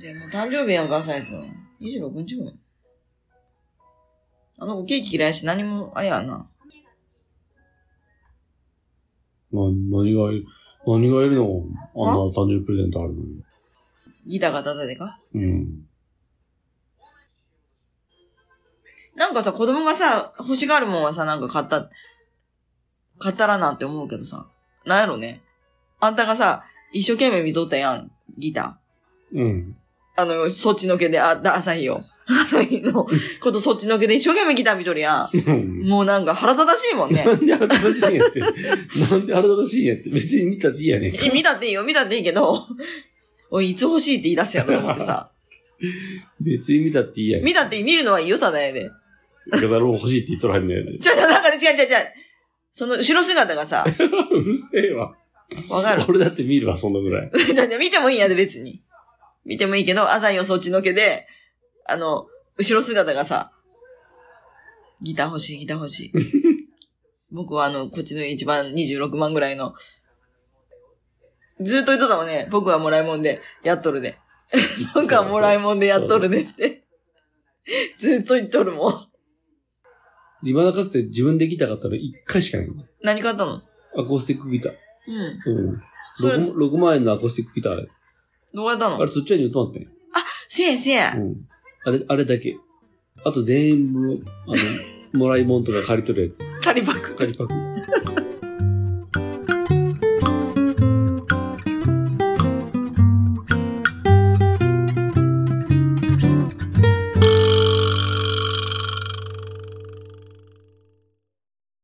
でも誕生日やんか、サイ君。26日分。あの、おケーキ嫌いし、何も、あれやんな。な、何がいる、何がいるのあんな誕生日プレゼントあるのに。ギターがタタでかうん。なんかさ、子供がさ、欲しがるもんはさ、なんか買った、買ったらなって思うけどさ。なんやろね。あんたがさ、一生懸命見とったやん、ギタうん。ー。あの、そっちのけで、あ、だ、朝日を。朝日のことそっちのけで一生懸命ギター見とるやうんん。もうなんか腹立たしいもんね な。んで腹立たしいんやって。なんで腹立たしいんやって。別に見たっていいやねんかえ、見たっていいよ、見たっていいけど、おい、いつ欲しいって言い出すやろと思ってさ。別に見たっていいやねん。見たっていい見るのはいいよ、ただやで。だからもう欲しいって言っとらへんのやねん。ちょ、ちょ、なんかね、違う違う違う。その後ろ姿が さ、うるせえわ。わかる 。俺だって見るわ、そんなぐらい。じゃあじゃあ見てもいいんやで、別に。見てもいいけど、朝日をそっちのけで、あの、後ろ姿がさ、ギター欲しい、ギター欲 しい。僕はあの、こっちの一番26万ぐらいの、ずっと言っとったもんね、僕はもらいもんで、やっとるで。僕はもらいもんでやっとるでって。 ずっと言っとるもん。今だかつて自分でギター買ったら一回しかない。何買ったのアコースティックギター。うん。うん。それ 6, 6万円のアコースティックギターあれ。どうやったあのれそっちはに売ってもらってん。せやせや。うん。あれ、あれだけ。あと全部、あの、もらいもんとか借り取るやつ。カリバク。借りパク。